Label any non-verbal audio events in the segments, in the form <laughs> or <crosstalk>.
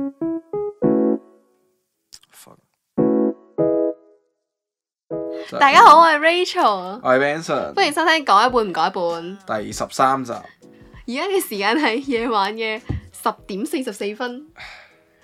<laughs> 大家好，我係 Rachel，我係 Benson，歡迎收聽講一半唔講一半。第十三集，而家嘅時間係夜晚嘅十點四十四分。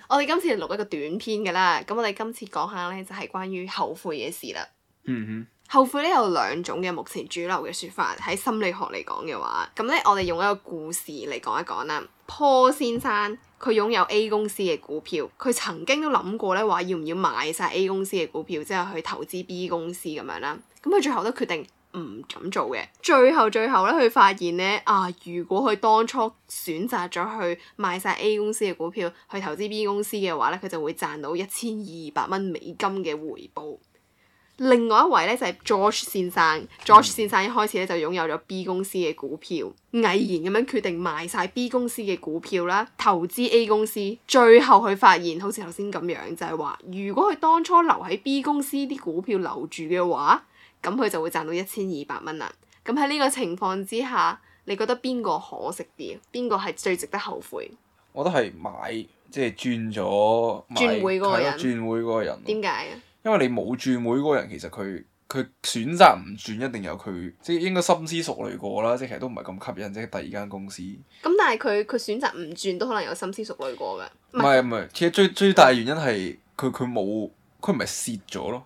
我哋今次係錄一個短篇㗎啦，咁我哋今次講下呢，就係關於後悔嘅事啦。嗯後悔呢有兩種嘅，目前主流嘅説法喺心理學嚟講嘅話，咁呢，我哋用一個故事嚟講一講啦。Paul 先生佢擁有 A 公司嘅股票，佢曾經都諗過呢話要唔要賣晒 A 公司嘅股票之後去投資 B 公司咁樣啦。咁佢最後都決定唔咁做嘅。最後最後呢，佢發現呢，啊，如果佢當初選擇咗去賣晒 A 公司嘅股票去投資 B 公司嘅話呢，佢就會賺到一千二百蚊美金嘅回報。另外一位咧就係 George 先生，George 先生一開始咧就擁有咗 B 公司嘅股票，毅然咁樣決定賣晒 B 公司嘅股票啦，投資 A 公司。最後佢發現，好似頭先咁樣，就係話，如果佢當初留喺 B 公司啲股票留住嘅話，咁佢就會賺到一千二百蚊啦。咁喺呢個情況之下，你覺得邊個可惜啲？邊個係最值得後悔？哼，我都係買，即係轉咗買轉會嗰個係人咯轉會嗰個人。點解啊？因為你冇轉會嗰個人，其實佢佢選擇唔轉，一定有佢即係應該深思熟慮過啦。即係其實都唔係咁吸引，即係第二間公司。唔咁但係佢佢選擇唔轉都可能有深思熟慮過㗎。唔係係唔係，其實最最大原因係佢佢冇佢唔係蝕咗咯，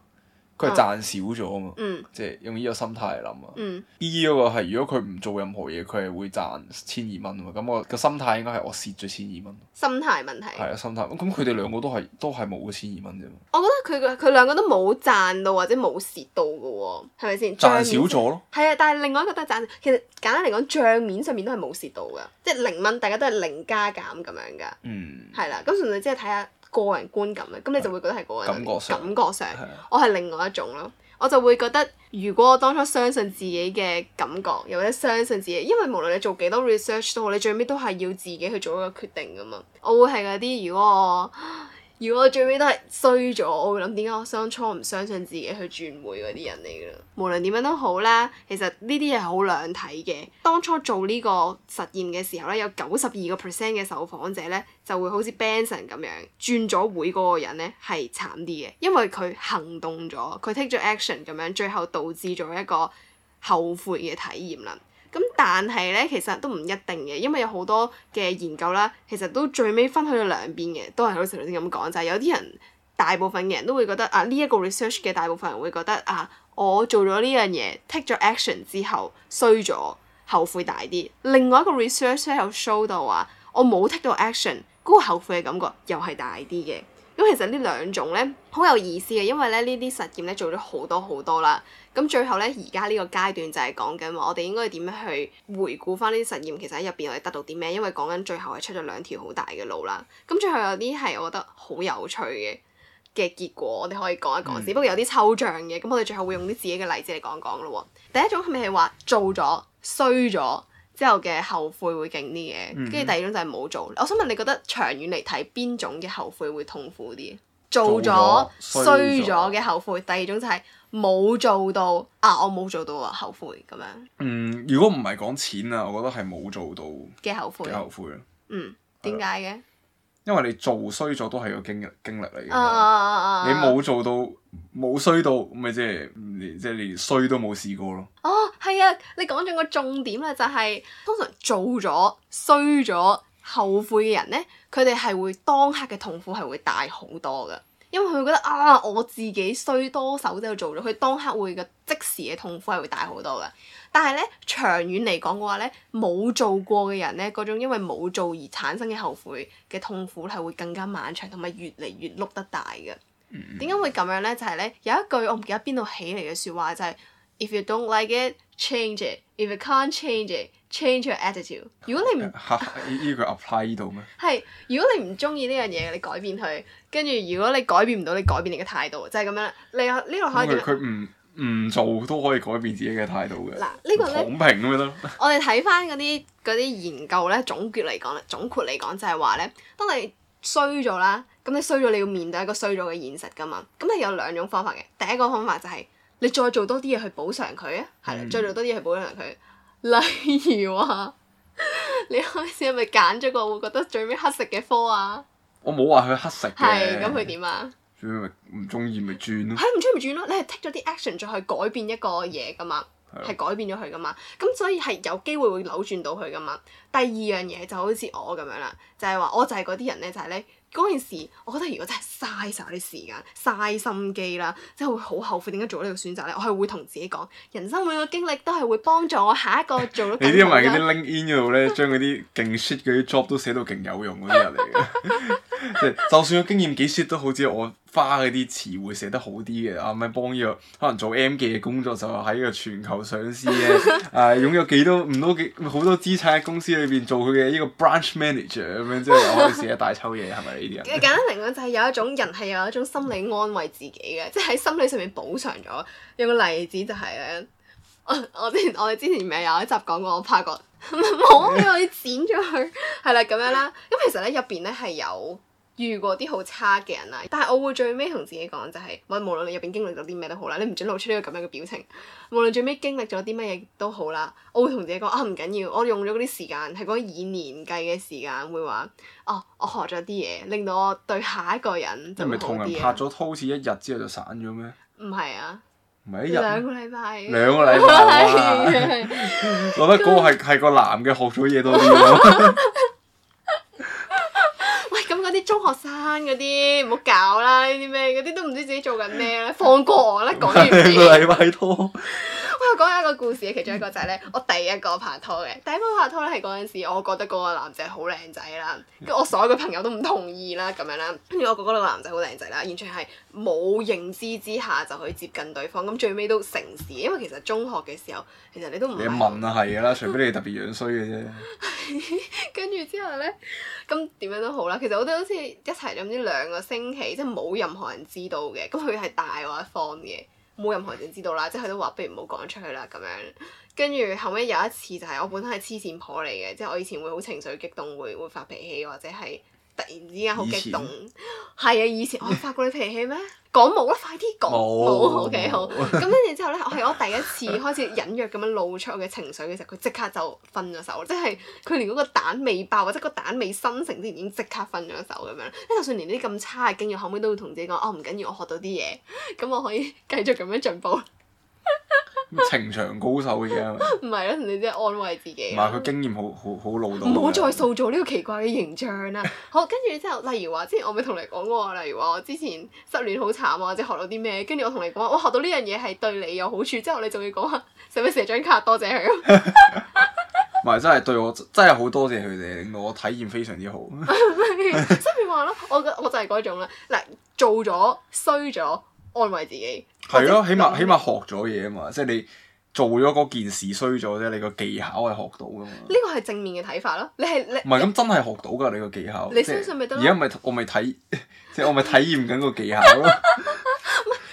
佢哦係賺少咗啊嘛。嗯即係用呢個心態嚟諗啊。嗯 B 嗰個係如果佢唔做任何嘢，佢係會賺千二蚊啊喎。咁我個心態應該係我蝕咗千二蚊。心態問題。係啊，心態。咁佢哋兩個都係都係冇千二蚊啫嘛，我覺得佢個佢兩個都冇賺到或者冇蝕到嘅喎，係咪先？賺帳少面咗咯。係啊，但係另外一個都係賺，其實簡單嚟講，帳面上面都係冇蝕到㗎，即係零蚊，大家都係零加減咁樣㗎，嗯，係啦。咁純粹即係睇下個人觀感啦，咁你就會覺得係個人感覺上感覺上係，啊，我係另外一種咯。我就會覺得，如果我當初相信自己嘅感覺，又或者相信自己，因為無論你做幾多 research 都好，你最尾都係要自己去做一個決定噶嘛。我會係嗰啲，如果我如果我最尾都係衰咗，我會諗點解我當初唔相信自己去轉會嗰啲人嚟㗎啦。無論點樣都好啦，其實呢啲係好兩睇嘅。當初做呢個實驗嘅時候咧，有九十二個 percent 嘅受訪者咧就會好似 Benson 咁樣轉咗會嗰個人咧係慘啲嘅，因為佢行動咗，佢 take 咗 action 咁樣，最後導致咗一個後悔嘅體驗啦。咁但係咧，其實都唔一定嘅，因為有好多嘅研究啦，其實都最尾分去到兩邊嘅，都係好似頭先咁講，就係、有啲人大部分嘅人都會覺得啊，呢、一個 research 嘅大部分人會覺得啊，我做咗呢樣嘢，take 咗 action 之後衰咗，後悔大啲。另外一個 research 咧有 show 到話，我冇 take 到 action，嗰個後悔嘅感覺又係大啲嘅。咁其實呢兩種咧好有意思嘅，因為咧呢啲實驗咧做咗好多好多啦。咁最後咧，而家呢個階段就係講緊話，我哋應該點樣去回顧翻呢啲實驗，其實喺入邊我哋得到啲咩？因為講緊最後係出咗兩條好大嘅路啦。咁最後有啲係我覺得好有趣嘅嘅結果，我哋可以講一講嗯只不過有啲抽象嘅，咁我哋最後會用啲自己嘅例子嚟講講咯喎。第一種係咪係話做咗衰咗之後嘅後悔會勁啲嘅？嗯跟住第二種就係冇做。我想問你覺得長遠嚟睇邊種嘅後悔會痛苦啲？做做咗咗衰衰咗咗嘅後悔，第二種就係冇做到啊！我冇做到啊，後悔咁樣嗯，如果唔係講錢啊，我覺得係冇做到嘅後悔嘅。後悔咯，嗯，點解嘅？因因為你做衰咗都係個經歷經歷嚟嘅啊啊嘛。啊啊！你冇做到冇衰到，咁咪即係你即係連衰都冇試過咯。哦，係啊！你講中個重點啦，就係、通常做咗衰咗後悔嘅人咧，佢哋係會當刻嘅痛苦係會大好多噶，因為佢會覺得啊，我自己衰多手之後做咗，佢當刻會嘅即時嘅痛苦係會大好多噶。但係咧，長遠嚟講嘅話咧，冇做過嘅人咧，嗰種因為冇做而產生嘅後悔嘅痛苦係會更加漫長，同埋越嚟越碌得大嘅。嗯點解會咁樣咧？就係、咧有一句我唔記得邊度起嚟嘅説話，就係、If you don't like it, change it. If you can't change it, change your attitude。如果你唔嚇呢呢個 apply 呢度咩？係，如果你唔中意呢樣嘢，你改變佢，跟住如果你改變唔到，你改變你嘅態度，就係、咁樣啦。你呢度可以因點啊為呢？佢唔唔做都可以改變自己嘅態度嘅。嗱呢個咧躺平咁咪得咯。我哋睇翻嗰啲嗰啲研究咧，總結嚟講咧，總括嚟講就係話咧，當你衰咗啦，咁你衰咗你要面對一個衰咗嘅現實噶嘛。咁你有兩種方法嘅，第一個方法就係、你再做多啲嘢去補償佢啊，係啦，嗯再做多啲嘢去補償佢。 <laughs> 例如話，你開始係咪揀咗個會覺得最尾乞食嘅科啊？我冇話佢乞食嘅。係，咁佢點啊？最尾咪唔中意咪轉咯。係唔中意咪轉咯，你係 take 咗啲 action 再去改變一個嘢噶嘛，係啊係改變咗佢噶嘛，咁所以係有機會會扭轉到佢噶嘛。第二樣嘢就好似我咁樣啦，就係、話我就係嗰啲人咧，就係、咧。嗰件事，我覺得如果真係嘥晒啲時間、嘥心機啦，即係會好後悔點解做呢個選擇咧。我係會同自己講，人生每個經歷都係會幫助我下一個做到 <laughs> 你更啲好咪嗰嘅啲。LinkedIn 嗰度咧，將嗰啲勁 shit 嗰啲 job 都寫到勁有用嗰啲人嚟嘅， <laughs> 即係就算個經驗幾 shit 都好，只要我花嗰啲詞彙寫得好啲嘅，啊咪幫呢個可能做 M 記嘅工作就喺個全球上市嘅， <laughs> 啊擁有幾多唔多幾好多資產嘅公司裏邊做佢嘅呢個 branch manager 咁樣，即係我可以寫一大抽嘢，係咪呢啲 <laughs> 人？簡單嚟講，就係有一種人係有一種心理安慰自己嘅， <laughs> 即係喺心理上面補償咗。有個例子就係、咧，我 <laughs> 我之前我哋之前咪有一集講過，我拍過冇 <laughs> 俾我哋剪咗佢，係啦咁樣啦。咁其實咧入邊咧係有遇過啲好差嘅人啦，但係我會最尾同自己講就係、喂，無論你入邊經歷咗啲咩都好啦，你唔准露出呢個咁樣嘅表情。無論最尾經歷咗啲乜嘢都好啦，我會同自己講啊唔緊要，我用咗嗰啲時間係講以年計嘅時間，會話哦我學咗啲嘢，令到我對下一個人即就係會咪好同人啲拍啊。咗拖好似一日之後就散咗咩？唔係啊，唔係一日咩兩個禮拜。兩個 <laughs> 禮拜哇係 <laughs> 我覺得嗰個係係個男嘅學咗嘢多啲咯。喂，咁嗰啲中學生嗰啲唔好搞啦，呢啲咩嗰啲都唔知自己做緊咩啦，放過 <laughs> 我啦，講 <laughs> 完兩你。個禮拜拖，喂，我講緊一個故事，其中一個就係咧，嗯我第一個拍拖嘅，第一個拍拖咧係嗰陣時，我覺得嗰個男仔好靚仔啦，跟住我所有嘅朋友都唔同意啦，咁樣啦，跟住我覺得嗰個男仔好靚仔啦，完全係冇認知之下就去接近對方，咁最尾都成事，因為其實中學嘅時候，其實你都唔你係問啊係㗎啦，除非你特別樣衰嘅啫。 <laughs> 跟住之後咧，咁點樣都好啦。其實我哋好似一齊咗唔知兩個星期，即係冇任何人知道嘅。咁佢係大我一方嘅，冇任何人知道啦。即係佢都話不如唔好講出去啦咁樣。跟住後尾有一次就係我本身係黐線婆嚟嘅，即係我以前會好情緒激動，會會發脾氣或者係突然之間好激動。係啊，以前我有發過你脾氣咩？講冇啦，快啲講冇，OK 好。咁跟住之後咧，我係我第一次開始隱約咁樣露出我嘅情緒嘅時候，佢即刻就分咗手，即係佢連嗰個蛋未爆或者個蛋未生成之前已經即刻分咗手咁樣。即係就算連呢啲咁差嘅經驗，後尾都會同自己講：哦，唔緊要，我學到啲嘢，咁我可以繼續咁樣進步。唔情場高手嘅啫，係咯，你即係安慰自己同咯。埋佢經驗好好好老到㗎。唔好再塑造呢個奇怪嘅形 <laughs> 象啦。好，跟住之後，例如話之前我咪同你講過，例如話我之前失戀好慘啊，或者學到啲咩，跟住我同你講，我學到呢樣嘢係對你有好處，之後你仲要講 <laughs> 話使唔使寫張卡多謝 <laughs> 佢啊？唔係真係對我真係好多謝佢哋，令到我體驗非常之 <laughs> 好。所以咪話咯，我我就係嗰種啦。嗱，做咗衰咗，安慰自己。係或咯，者起碼講起碼學咗嘢啊嘛，即係你做咗嗰件事衰咗啫，你個技巧係學到㗎嘛。呢個係正面嘅睇法咯。你係你唔係咁真係學到㗎，你個技巧。你即係相信咪得咯而家咪我咪體， <laughs> 即係我咪體驗緊個技巧咯。 <laughs>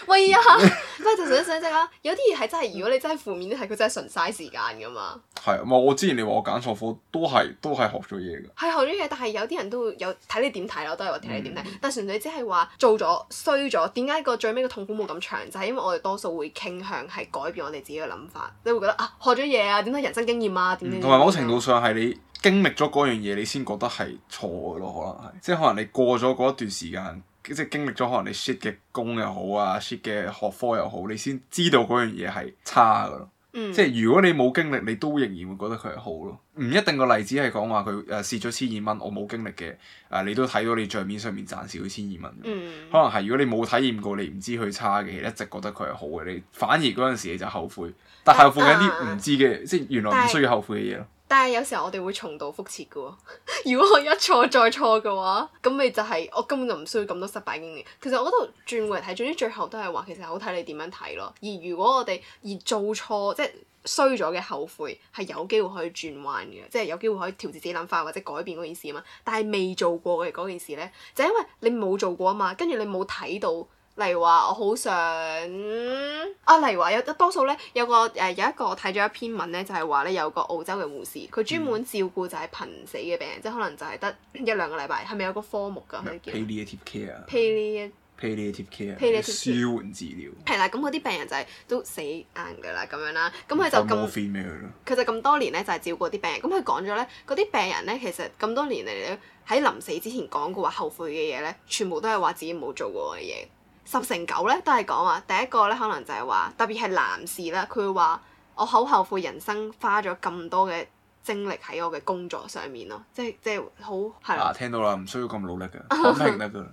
喂呀， <laughs> 喂就想想即啦。啊有啲嘢係真係，如果你真係負面啲睇，佢真係純嘥時間噶嘛。係，唔係我之前你話我揀錯科，都係都係學咗嘢㗎。係學咗嘢，但係有啲人都會有睇你點睇啦，我都係話睇你點睇。嗯但純粹只係話做咗衰咗，點解個最尾個痛苦冇咁長？就係、因為我哋多數會傾向係改變我哋自己嘅諗法，你會覺得啊學咗嘢啊，點解人生經驗啊，點點嗯同埋某程度上係你經歷咗嗰樣嘢，你先覺得係錯嘅咯，可能係，即係可能你過咗嗰一段時間，即係經歷咗可能你 shit 嘅工又好啊，shit 嘅學科又好，你先知道嗰樣嘢係差嘅咯。嗯即係如果你冇經歷，你都仍然會覺得佢係好咯。唔一定個例子係講話佢誒蝕咗千二蚊，我冇經歷嘅，誒、啊你都睇到你帳面上面賺少咗千二蚊。嗯可能係如果你冇體驗過，你唔知佢差嘅，一直覺得佢係好嘅，你反而嗰陣時你就後悔，但係後悔緊啊啲唔知嘅，即係原來唔需要後悔嘅嘢咯。但係有時候我哋會重蹈覆轍嘅喎。 <laughs> 如果我一錯再錯嘅話，咁咪就係我根本就唔需要咁多失敗經驗。其實我嗰度轉過嚟睇，總之最後都係話其實好睇你點樣睇咯。而如果我哋而做錯即係衰咗嘅後悔，係有機會可以轉彎嘅，即係有機會可以調節自己諗法或者改變嗰件事啊嘛。但係未做過嘅嗰件事呢，就因為你冇做過啊嘛，跟住你冇睇到。例如話，我好想啊！例如話有多數咧，有個誒、有一個我睇咗一篇文咧，就係話咧有個澳洲嘅護士，佢專門照顧就係瀕死嘅病人，即係可能就係得一兩個禮拜，係咪有個科目㗎？佢叫 palliative care。 palliative palliative care， palliative 舒緩治療，係啦，咁嗰啲病人就係都死硬㗎啦，咁樣啦，咁佢就放咁 morphine 俾佢咯。佢就咁多年咧，就係、照顧啲病人。咁佢講咗咧，嗰啲病人咧，其實咁多年嚟咧，喺臨死之前講過話後悔嘅嘢咧，全部都係話自己冇做過嘅嘢。十成九咧都係講話，第一個咧可能就係話，特別係男士啦，佢會話我好後悔人生花咗咁多嘅精力喺我嘅工作上面咯，即係即係好啊，係啦，聽到啦，唔需要咁努力 <laughs> 嘅，講明得噶啦。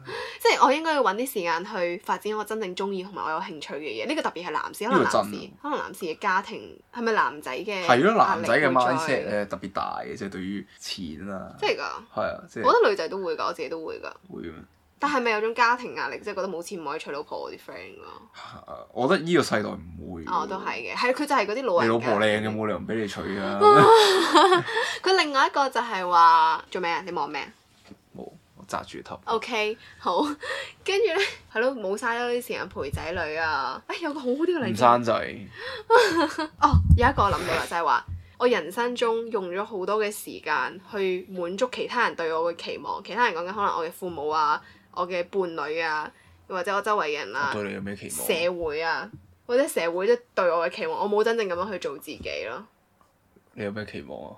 即係我應該要揾啲時間去發展我真正中意同埋我有興趣嘅嘢。呢、個特別係男士，可能呢個真啊男士可能男士嘅家庭係咪男仔嘅係咯，壓男力仔嘅會再 mindset 咧特別大嘅，即係對於錢啊，即係㗎，係啊，即係我覺得女仔都會㗎，我自己都會㗎。會咁樣。但係咪有種家庭壓力，即係覺得冇錢唔可以娶老婆嗰啲 friend 㗎？啊我覺得呢個世代唔會。哦，都係。嘅，係佢就係嗰啲老你人。老婆靚嘅，冇理由唔俾你娶 <laughs> 啊！佢另外一個就係話做咩啊？你望咩啊冇，我扎住頭。 ？OK，好， <laughs> 跟住咧係咯，冇嘥咗啲時間陪仔女啊！哎，有個好好啲嘅例唔子，生仔，哦，有一個我諗到啦，就係話我人生中用咗好多嘅時間去滿足其他人對我嘅期望，其他人講緊可能我嘅父母啊、我嘅伴侶啊，或者我周圍嘅人啊我、對你有咩期望？社會啊，或者社會即對我嘅期望，我冇真正咁樣去做自己咯。你有咩期望啊？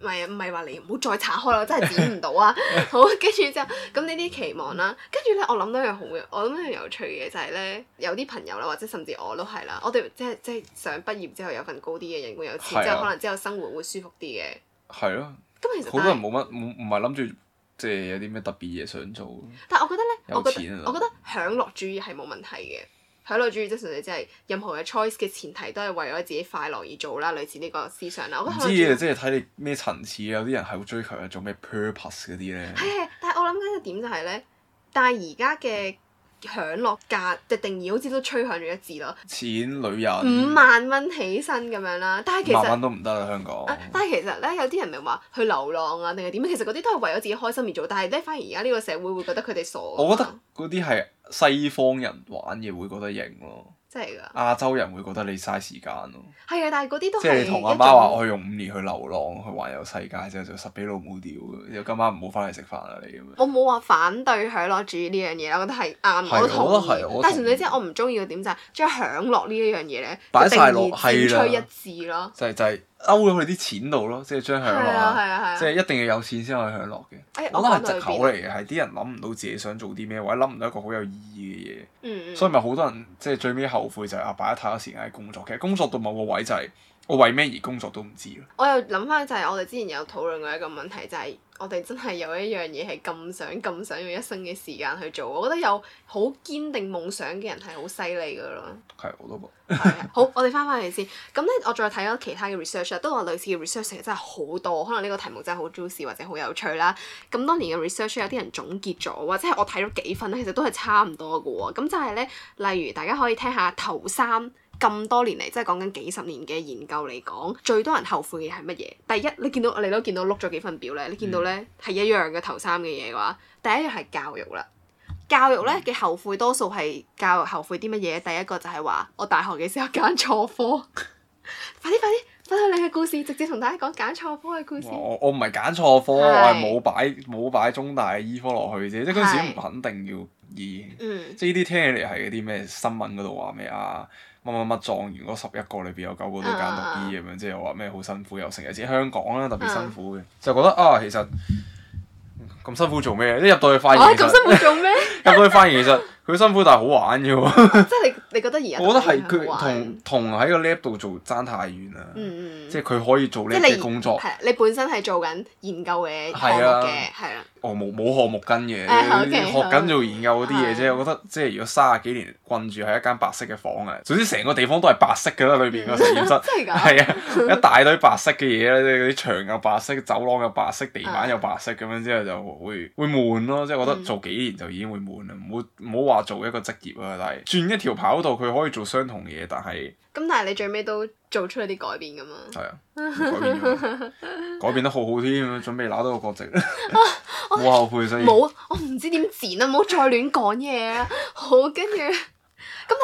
唔係啊，唔係話你唔好再拆開啦，我真係剪唔 <laughs> 到啊！好，跟住之後咁呢啲期望啦，跟住咧我諗到一樣好嘅，我諗到一樣有趣嘅就係咧，有啲朋友啦，或者甚至我都係啦，我哋即係即係想畢業之後有份高啲嘅人工有係錢，啊之後可能之後生活會舒服啲嘅。係咯，咁其實好多但人係冇乜，冇唔係諗住即係有啲咩特別嘢想做。但係我覺得咧，有我覺錢啊得我覺得享樂主義係冇問題嘅。享樂主義即係純粹即係任何嘅 choice 嘅前提都係為咗自己快樂而做啦，類似呢個思想啦。唔我覺得知享樂主義啊，即係睇你咩層次。有啲人係好追求一種咩 purpose 嗰啲咧。係，啊但係我諗緊嘅點就係咧，但係而家嘅享樂價嘅定義好似都趨向咗一致咯，錢、女人，五萬蚊起身咁樣啦。但係其嗯萬實蚊都哦唔得啦，香港。啊但係其實咧，有啲人咪話去流浪啊，定係點？其實嗰啲都係為咗自己開心而做，但係咧，反而而家呢個社會會覺得佢哋傻。啊我覺得嗰啲係西方人玩嘅會覺得型咯，真係㗎，亞洲人會覺得你嘥時間咯。係啊！但係嗰啊啲都即係係一你同阿媽話種我用五年去流浪去環遊世界之後，就實俾老母屌，就今晚唔好翻嚟食飯啦你咁樣。我冇話反對享樂主義呢樣嘢，我覺得係啱，係我都同我覺得係意我都同意。但係純粹即係我唔中意嘅點就係將享樂呢一樣嘢咧，擺定晒落義漸係啦趨一致咯。就係就係勾咗佢啲錢度咯，即係將係享樂啊係啊，啊係啊！即係一定要有錢先可以享樂嘅。哎，我覺得係講到藉去口邊嚟嘅，係啲人諗唔到自己想做啲咩，或者諗唔到一個好有意嗯義嘅嘢，嗯所以咪好多人即係最尾後悔就係啊擺咗太多時間喺工作。其實工作到某個位就係我為咩而工作都唔知咯。我又諗翻就係我哋之前有討論過一個問題，就係、我哋真係有一樣嘢係咁想咁想用一生嘅時間去做。我覺得有好堅定夢想嘅人係好犀利噶 <laughs> 咯。係我都覺係啊，好，我哋翻返去先。咁咧，我再睇咗其他嘅 research 啦，都話類似嘅 research 其實真係好多，可能呢個題目真係好 juicy 或者好有趣啦。咁當年嘅 research 有啲人總結咗，或者係我睇咗幾份咧，其實都係差唔多嘅喎。咁就係咧，例如大家可以聽下頭三。咁多年嚟，即係講緊幾十年嘅研究嚟講，最多人後悔嘅係乜嘢？第一，你見到你都見到碌咗幾份表咧，你見到嗯咧係一樣嘅頭三嘅嘢嘅話，第一樣係教育啦。教育咧嘅後悔多數係教育後悔啲乜嘢？第一個就係話我大學嘅時候揀錯科， <laughs> 快啲快啲分享你嘅故事，直接同大家講揀錯科嘅故事。我我唔係揀錯科，我係係冇擺冇擺中大嘅醫科落去啫，即係嗰陣時都唔肯定要醫。嗯，即係呢啲聽起嚟係嗰啲咩新聞嗰度話咩啊乜乜乜狀元嗰十一個裏邊有九個都揀讀醫咁樣，即係又話咩好辛苦又成日知香港啦特別辛苦嘅，就覺得啊其實咁辛苦做咩？一入到去發啊現其咁實辛苦做咩？入到去發現其實佢辛苦但係好玩嘅 <laughs> 喎，即係你你覺得而家我覺得係讀緊佢好玩同同喺個 lab 度做爭太遠啦，嗯嗯，即係佢可以做即 lab 係嘅你工作。係你本身係做緊研究嘅項係啊目嘅，係啦，我冇冇項目跟嘅，啊，OK，學緊做研究嗰啲嘢係啫。我覺得即係如果三十幾年困住喺一間白色嘅房啊，總之成個地方都係白色㗎啦，裏邊個實驗室。 <laughs> 真係㗎，係啊，一大堆白色嘅嘢咧，即係嗰啲牆又白色，走廊又白色，地板又白色咁樣，之後就會會悶咯。即係覺得啊嗯做幾年就已經會悶啦，唔好唔好話做一個職業啊。但係轉一條跑道，佢可以做相同嘅嘢，但係咁但係你最尾都做出咗啲改變㗎嘛？係啊，改變咗， <laughs> 改變得好好添，準備攞到個國籍，<laughs> 我冇後悔所以。哦冇，我唔知點剪啊！唔好再亂講嘢啊！好，跟住咁，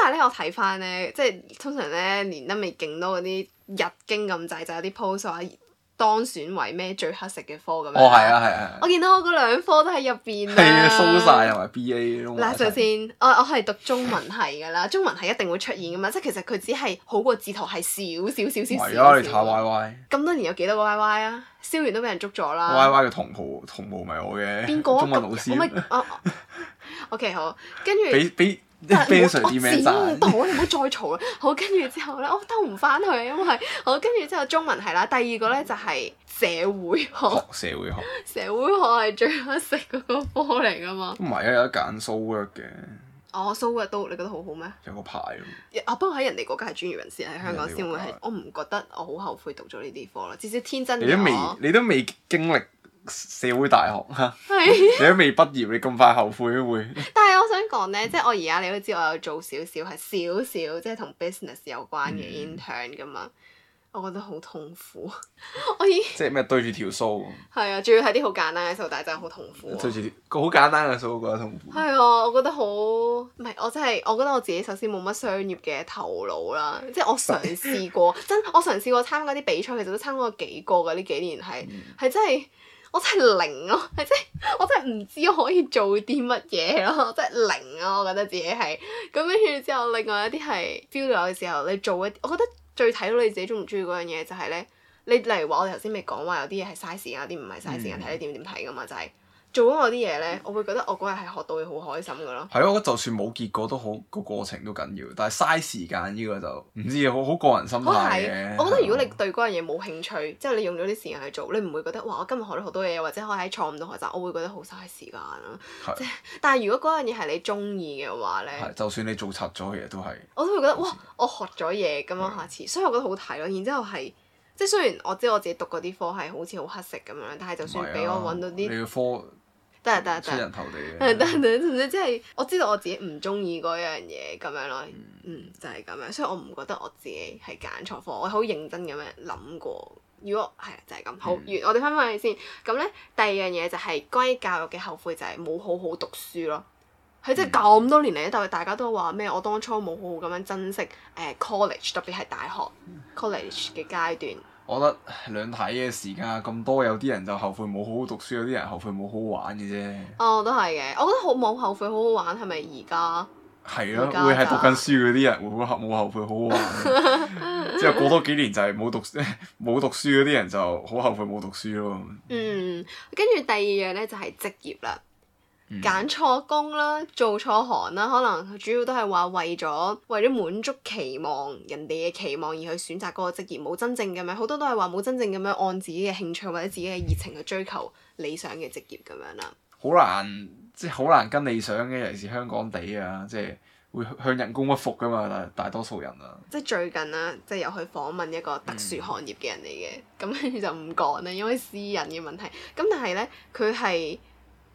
但係咧，我睇翻咧，即係通常咧，連得未勁多嗰啲日經咁滯，就有啲 post 話當選為咩最黑食嘅科咁樣。哦，係！啊，係啊。係啊我見到我嗰兩科都喺入 <laughs> 邊係啊，啦。蘇晒同埋 BA 都冇嗱，埋首晒。先，我我係讀中文系㗎 <laughs> 啦，中文系一定會出現噶嘛，即係其實佢只係好過字頭係少少少少係啊，少你查少。 YY，YY 咁多年有幾多個 Y Y 啊？燒完都俾人捉咗啦。嘅同號同號咪我嘅啊邊個啊中文老 <laughs> 咁我咪師，啊啊 OK 哦好，跟住俾俾但係 Ben 我 Sir 我啲咩剪唔贊？到，你唔好再嘈啦。好，跟住之後咧，我兜唔翻去，因為好跟住之後中文係啦，第二個咧就係社會學，學社會學社會學係最乞食嗰個科嚟噶嘛。唔係啊，有得揀 so work 嘅，我 so what 都你覺得好好咩？有個牌喎。啊，不過喺人哋國家係專業人士，喺香港先會人係哋國家，我唔覺得我好後悔讀咗呢啲科啦。至少天真你都未咗，你都未經歷社會大學 <laughs> 嚇，係。 <laughs> 你都未畢業，你咁快後悔會？ <laughs> 但係我想講咧，即係我而家你都知我有做少少係少少，即係同 business 有關嘅嗯 intern 噶嘛。我覺得好痛苦， <laughs> 我已即係咩對住條數，係啊，仲要係啲好簡單嘅數，但係真係好痛苦啊。對住條個好簡單嘅數，我覺得痛苦。係啊，我覺得好唔係，我真係我覺得我自己首先冇乜商業嘅頭腦啦，<laughs> 即係我嘗試過，真我嘗試過參加啲比賽，其實都參加過幾個㗎，呢幾年係嗯係真係我真係零咯、 <laughs> 係真係我真係唔知我可以做啲乜嘢咯， <laughs> 我真係零啊！我覺得自己係咁跟住之後，另外一啲係 feel 到有時候你做一啲，我覺得最睇到你自己中唔中意嗰樣嘢就係咧，你例如話我哋頭先咪講話有啲嘢係嘥時間，有啲唔係嘥時間，嗯睇你點點睇㗎嘛，就係、做咗我啲嘢咧，我會覺得我嗰日係學到嘢好開心噶咯。係啊咯，我覺得就算冇結果都好，個過程都緊要。但係嘥時間呢個就唔知啊，好好個人心好態係嘅，。我覺得如果你對嗰樣嘢冇興趣，之後你用咗啲時間去做，你唔會覺得哇！我今日學到好多嘢，或者我喺錯誤度學習，我會覺得好嘥時間咯。係即係但係如果嗰樣嘢係你中意嘅話咧係，，就算你做柒咗嘅都係，我都會覺得哇！我學咗嘢咁啊樣，下次，所以我覺得好睇咯。然之後係即係雖然我知我自己讀嗰啲科係好似好乞食咁樣，但係就唔係算啊俾我揾到啲你嘅得啊得科啊出 <laughs> 得啊人頭地係，但嘅。係你知唔知即係我知道我自己唔中意嗰樣嘢咁樣咯，嗯，就係咁樣，所以我唔覺得我自己係揀錯科，我好認真咁樣諗過。如果係啊就係咁，好完，我哋翻返去先。咁咧，第二樣嘢就係關於教育嘅後悔，就係冇好好讀書咯。佢即係咁多年嚟咧，但係大家都話咩？我當初冇好好咁樣珍惜誒、college，特別係大學 college 嘅階段。我覺得兩睇嘅時間咁多，有啲人就後悔冇好好讀書，有啲人後悔冇好好玩嘅啫。哦，都係嘅，我覺得好冇後悔，好好玩係咪而家？係咯而家，會係讀緊書嗰啲人會唔會冇後悔好好玩？ <laughs> 之後過多幾年就係冇讀 <laughs> 冇讀書嗰啲人就好後悔冇讀書咯。嗯，跟住第二樣咧就係職業啦，嗯揀錯工啦，做錯行啦，可能主要都係話為咗嗯為咗滿足期望人哋嘅期望而去選擇嗰個職業，冇真正咁樣，好多都係話冇真正咁樣按自己嘅興趣或者自己嘅熱情去追求理想嘅職業咁樣啦。好難，即係好難跟理想嘅，尤其是香港地啊，即係會向人工屈服噶嘛，大大多數人啊。即係最近啦，即係有去訪問一個特殊行業嘅人嚟嘅，咁跟住就唔講啦，因為私人嘅問題。咁但係咧，佢係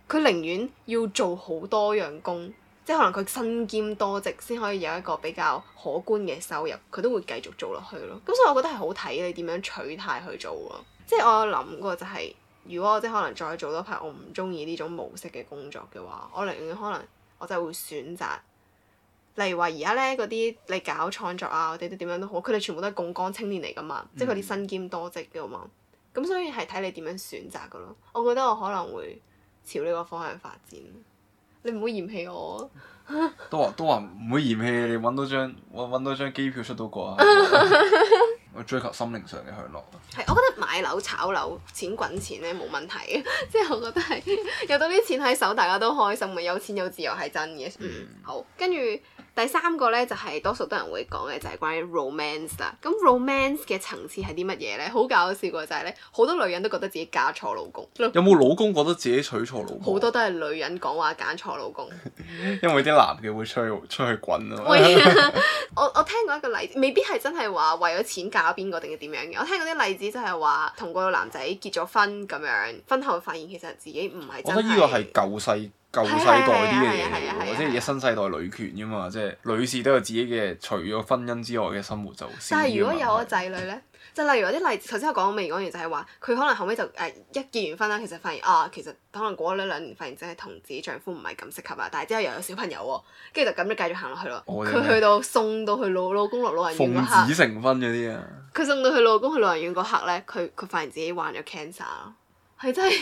佢寧願要做好多樣工，即係可能佢身兼多職先可以有一個比較可觀嘅收入，佢都會繼續做落去咯。咁所以我覺得係好睇你點樣取態去做咯。即係我有諗過就係、如果我即係可能再做多排，我唔中意呢種模式嘅工作嘅話，我寧願可能我就會選擇。例如話而家咧嗰啲你搞創作啊，我哋都點樣都好，佢哋全部都係共江青年嚟噶嘛，即係佢哋身兼多職噶嘛。咁所以係睇你點樣選擇噶咯。我覺得我可能會朝呢個方向發展。你唔好嫌棄我，都話都話唔會嫌棄你揾到張揾揾到張機票出到國 <laughs> 啊！我追求心靈上嘅享樂。係我覺得買樓炒樓錢滾錢咧冇問題嘅， <laughs> 即係我覺得係有到啲錢喺手，大家都開心嘅，有錢有自由係真嘅。嗯，好，跟住。第三個咧就係、多數多人會講嘅就係、關於 romance 啦。咁 romance 嘅層次係啲乜嘢咧？好搞笑嘅就係咧，好多女人都覺得自己嫁錯老公，有冇老公覺得自己娶錯老婆？好多都係女人講話揀錯老公。因為啲男嘅會出去出去滾啊嘛。喂，我我聽過一個例子，未必係真係話為咗錢嫁咗邊個定係點樣嘅。我聽過啲例子就係話同個男仔結咗婚咁樣，婚後發現其實自己唔係我真覺得呢個係舊世舊世代啲嘅嘢係啊係啊係啊係嚟啊喎，即係而家新世代女權噶嘛，即係女士都有自己嘅，除咗婚姻之外嘅生活就少啲但係如果嘅問題有個仔女咧，就例如有啲例子，頭先我講未講完就係話，佢可能後尾就誒、一結完婚啦，其實發現啊，其實可能過咗兩年發現真係同自己丈夫唔係咁適合啊，但係之後又有小朋友喎，跟住就咁就繼續行落去咯。我哋佢咩去到送到佢老老公落老人院嗰奉刻子，成婚嗰啲啊，佢送到佢老公去老人院嗰刻咧，佢佢發現自己患咗 cancer 咯，係真係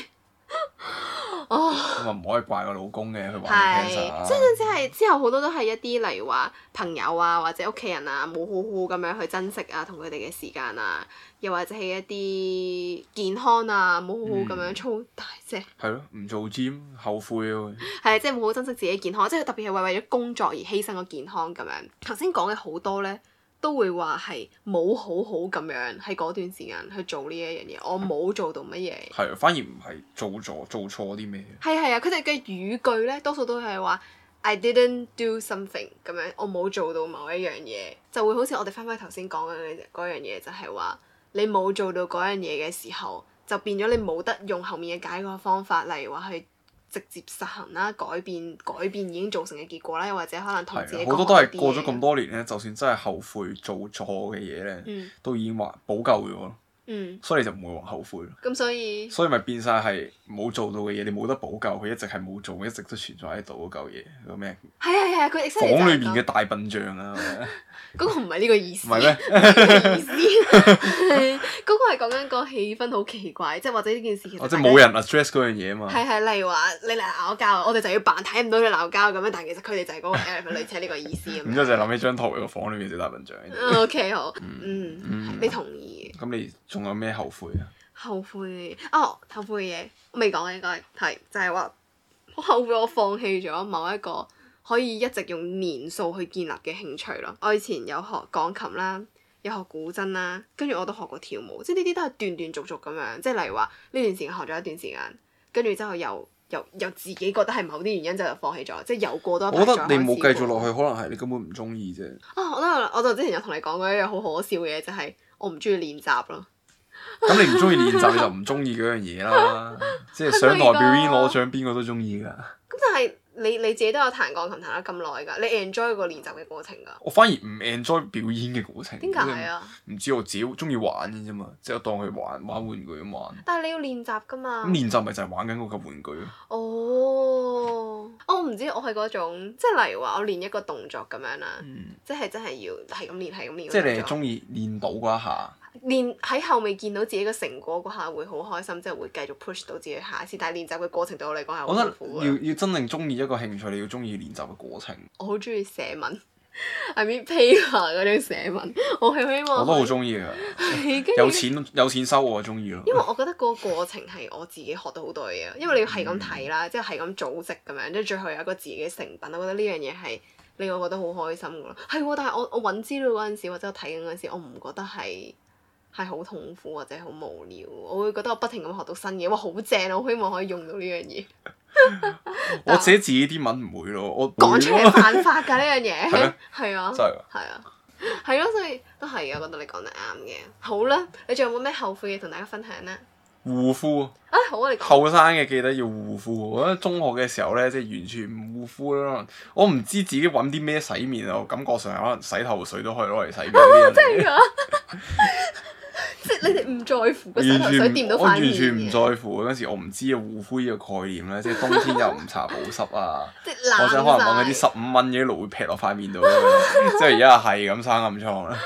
哦。咁啊唔可以怪個老公嘅，佢話係，你 cancer 啊即係嗰陣時係之後好多都係一啲例如話朋友啊或者屋企人啊冇好好咁樣去珍惜啊同佢哋嘅時間啊，又或者係一啲健康啊冇好好咁樣嗯操大隻，係咯，唔做 gym 後悔啊！係即係冇好珍惜自己嘅健康，即係特別係為為咗工作而犧牲個健康咁樣。頭先講嘅好多呢，都會話係冇好好咁樣喺嗰段時間去做呢一樣嘢，我冇做到乜嘢。係，反而唔係做咗做錯啲咩，係係啊，佢哋嘅語句咧，多數都係話 I didn't do something 咁樣，我冇做到某一樣嘢，就會好似我哋翻返頭先講嘅嗰樣嘢，就係話你冇做到嗰樣嘢嘅時候，就變咗你冇得用後面嘅解決方法，例如話去直接實行啦，改變改變已經造成嘅結果啦，又或者可能同自己係啊講好多都係過過咗咁。多年咧，就算真係後悔做錯嘅嘢咧，嗯都已經話補救咗咯，嗯，所以你就唔會話後悔咯。咁所以所以咪變晒係冇做到嘅嘢，你冇得補救，佢一直係冇做，一直都存在喺度嗰嚿嘢，嗰個咩係係係，佢 exactly 房裏就面係嘅大笨象 <laughs> 啊，係咪嗰個唔係呢個意思，唔係咩意思， <laughs> 嗰個係講緊個氣氛好奇怪，即係或者呢件事其實哦，即係冇人 address 嗰樣嘢啊嘛。係係，例如話你嚟鬧交，啊我哋就要扮睇唔到佢鬧交咁樣，但係其實佢哋就係嗰個 element 類似係呢個意思咁然之後樣。就諗起張圖，個房裏面隻大笨象。 O、k 好，嗯，你同意嘅咁你仲有咩後悔啊？後悔哦，後悔嘅嘢我未講嘅應該係就係話我後悔我放棄咗某一個可以一直用年數去建立嘅興趣咯。我以前有學鋼琴啦。有學古箏啦，跟住我都學過跳舞，即係呢啲都係斷斷續續咁樣。即係例如話呢段時間學咗一段時間，跟住之後又又又自己覺得係某啲原因就放棄咗，即係又過多一排我覺得再你開冇始繼續過落去，可能係你根本唔中意啫。啊！我都有我就之前有同你講過一樣好可笑嘅嘢，就係、我唔中意練習咯。咁你唔中意練習，你就唔中意嗰樣嘢 <laughs> 啦。即係上台表演攞獎，邊個都中意㗎。咁但係你你自己都有彈鋼琴彈咗咁耐㗎，你 enjoy 個練習嘅過程㗎？我反而唔 enjoy 表演嘅過程。點解？啊？唔知我自己中意玩嘅啫嘛，即係我當佢玩玩玩具咁玩。但係你要練習㗎嘛咁？練習咪就係玩緊嗰嚿玩具咯。哦，我唔知我係嗰種，即係例如話我練一個動作咁樣啦，即係真係嗯要係咁練係咁練。嗯即係你係係中意練到嗰一下。練喺後尾見到自己嘅成果嗰下會好開心，即係會繼續 push 到自己下一次。但係練習嘅過程對我嚟講係好我覺痛得苦啊要嘅。要真正中意一個興趣，你要中意練習嘅過程。我好中意寫文，I mean paper 嗰種寫文，我係希望我都好中意㗎。哦係跟住有錢有錢收我就中意咯。因為我覺得嗰個過程係我自己學到好多嘢，啊因為你要係咁睇嗯啦，之後係咁組織咁樣，即係最後有一個自己嘅成品，我覺得呢樣嘢係令我覺得好開心噶咯。係喎，但係我我揾資料嗰陣時或者我睇緊嗰陣時，我唔覺得係係好痛苦或者好無聊，我會覺得我不停咁學到新嘢，哇好正啊！我希望可以用到呢樣嘢，我寫自己啲文唔會咯，我講出嚟犯法㗎呢樣 <laughs> 係嘢咩，係啊，真係㗎係啊。係咯，所以都係嘅，啊我覺得你講得啱嘅。好啦，你仲有冇咩後悔嘅同大家分享呢？護膚。啊，好啊，你講。後生嘅記得要護膚，我覺得中學嘅時候呢，即係完全唔護膚咯。我唔知自己揾啲咩洗面啊，我感覺上可能洗頭水都可以攞嚟洗面啊嗰啲人嚟。 <laughs> 即係你哋唔在乎個洗頭完水全掂唔啊到我 <laughs> 塊完面全唔嘅，在乎嗰陣時，我唔知啊護膚呢個概念呢，即係冬天又唔搽保濕 <laughs> 啊，即係或爛者可能揾嗰啲晒十五蚊嘅啲蘆薈劈落塊面度啦，即係而家係咁生暗瘡 <laughs> 啦。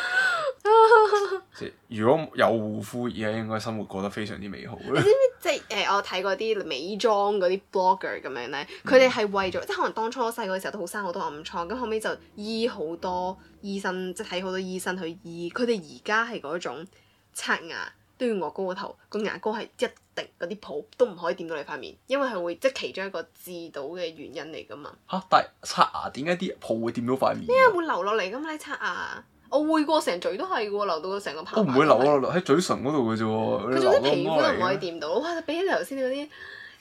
即係如果有護膚，而家應該生活過得非常之美 <laughs> 好啦。即係誒、我睇過啲美妝嗰啲 blogger 咁樣嗯咧，佢哋係為咗即係可能當初細個嘅時候都好生好多暗瘡，咁後尾就醫好多醫生，即係睇好多醫生去醫。佢哋而家係嗰種刷牙都要惡高個頭，個牙膏係一滴嗰啲泡都唔可以掂到你塊面，因為係會即係其中一個致到嘅原因嚟㗎嘛。嚇！但係刷牙點解啲泡會掂到塊面㗎？因為會流落嚟㗎嘛，你刷牙，我會過成嘴都係㗎喎，流到成個棚。我唔會留啊，留喺嘴唇嗰度嘅啫喎，佢你總留之咗皮咁膚多都唔可以嚟嘅。掂到，哇！比起你頭先嗰啲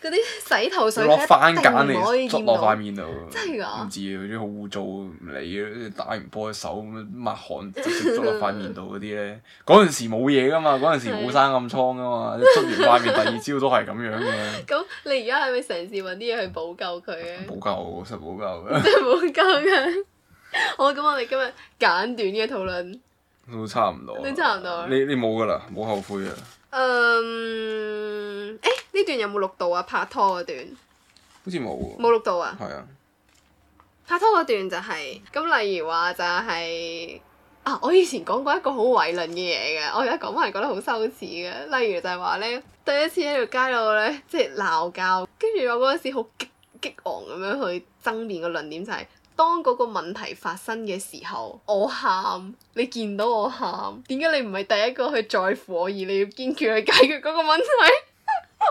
嗰啲洗頭水，攞番梘唔可以嚟捽掂落塊到。面度，真係㗎唔知啊，嗰啲好污糟，唔理啊！打完波手咁樣抹汗，直接捽落塊面度嗰啲咧，嗰陣時冇嘢噶嘛，嗰陣時冇生暗瘡噶嘛，捽完塊面第二朝都係咁樣嘅，咁你而家係咪嘗試揾啲嘢去補救佢 <laughs> 咧？冇救，實冇救 <laughs> 嘅，即係補救佢。好，咁我哋今日簡短嘅討論，都差唔多啦。都差唔多啦你你冇噶啦，冇後悔啊，嗯，誒呢段有冇錄到啊？拍拖嗰段好似冇喎。冇錄到啊？係啊，拍拖嗰段就係、咁，例如話就係、啊，我以前講過一個好偉論嘅嘢嘅，我而家講翻嚟覺得好羞恥嘅。例如就係話咧，第一次喺條街度咧，即係鬧交，跟住我嗰陣時好激激昂咁樣去爭辯個論點就係、當嗰個問題發生嘅時候，我喊，你見到我喊，點解你唔係第一個去在乎我，而你要堅決去解決嗰個問題？ <laughs>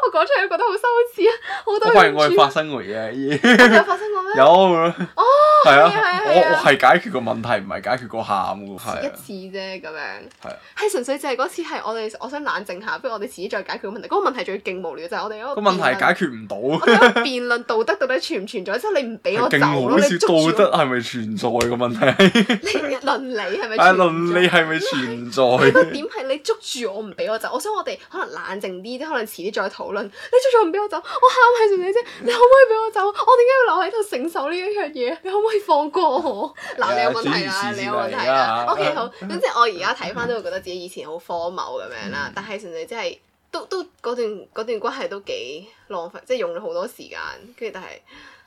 我講出嚟都覺得好羞恥啊！好多我發現人 <laughs> 我係轉發生過嘢啊，咦有發生過咩？有咁樣。哦，係啊係啊係啊，我係啊我係解決個問題，唔係解決個喊喎。係啊，一次啫咁樣。係啊。係純粹就係嗰次係我哋，我想冷靜下，不如我哋自己再解決個問題。嗰、個問題仲要勁無聊，就係、我哋嗰個個問題辯論解決唔我到，哋喺度辯論道德到底存唔存在，即係你唔俾我走勁好咯，笑你捉住道我德係咪存在個問題？你嘅倫理係咪存在？啊，倫理係咪存你個在？點係你捉住我唔俾我走，我想我哋可能冷靜啲，即係可能遲啲再討論。你捉住我唔俾我走，我喊係純粹啫。你可唔可以俾我走？我點解要留喺度承受呢一樣嘢？你可唔可以放過我？嗱，你有問哎轉題啦，移視線啊你有問題嚟啦啦。OK，好。 <laughs> 咁即係我而家睇翻都會覺得自己以前好荒謬咁樣嗯啦，但係純粹即係都都嗰段嗰段關係都幾浪費，即係用咗好多時間，跟住但係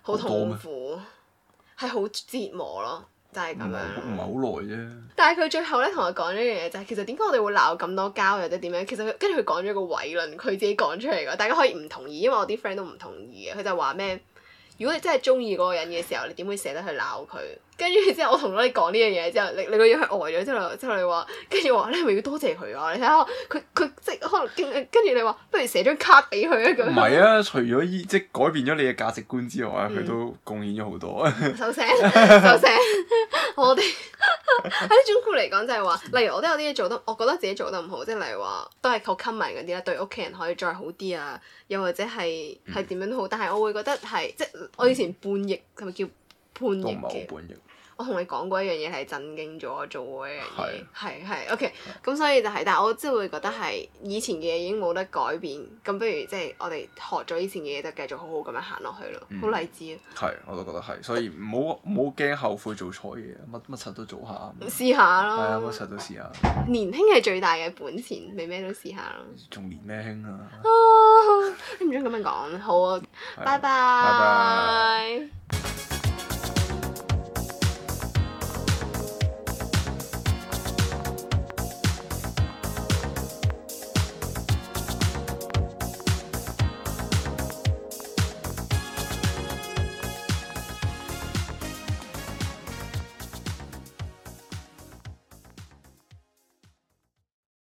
好痛苦，係好折磨咯，就係唔咁係樣好咯。唔係好耐啫。但係佢最後咧同我講呢樣嘢就係、其實點解我哋會鬧咁多交或者點樣？其實佢跟住佢講咗個偉論，佢自己講出嚟㗎，大家可以唔同意，因為我啲 friend 都唔同意嘅。佢就話咩？如果你真係中意嗰個人嘅時候，你點會捨得去鬧佢？跟住之後，我同咗你講呢樣嘢之後，你你個樣係呆咗之後，之後你話，跟住我話你係咪要多謝佢啊？你睇下佢佢即係可能經跟住你話，不如寫張卡俾佢啊咁唔樣。係啊，除咗依即係改變咗你嘅價值觀之外，啊嗯佢都貢獻咗好多。收聲， <laughs> 收聲！我哋 <laughs> 喺呢種顧嚟講就係話，例如我都有啲嘢做得，我覺得自己做得唔好，即係例如話都係靠 common 嗰啲啦，對屋企人可以再好啲啊，又或者係嗯係點樣都好，但係我會覺得係即係我以前叛逆係咪叫叛都逆唔係好嘅？本嘅，我同你講過一樣嘢係震驚咗我做過一樣嘢係，係係 OK。咁所以就係、但係我即係會覺得係以前嘅嘢已經冇得改變，咁不如即係我哋學咗以前嘅嘢就繼續好好咁樣行落去嗯咯，好勵志啊！係我都覺得係，所以唔好唔好驚後悔做錯嘢，乜乜柒都做下，試下係啊，咯乜。柒都試下，年輕係最大嘅本錢，你咩都試下咯。仲年咩興啊？哦啊，你唔准咁樣講，好啊，係啊拜拜拜。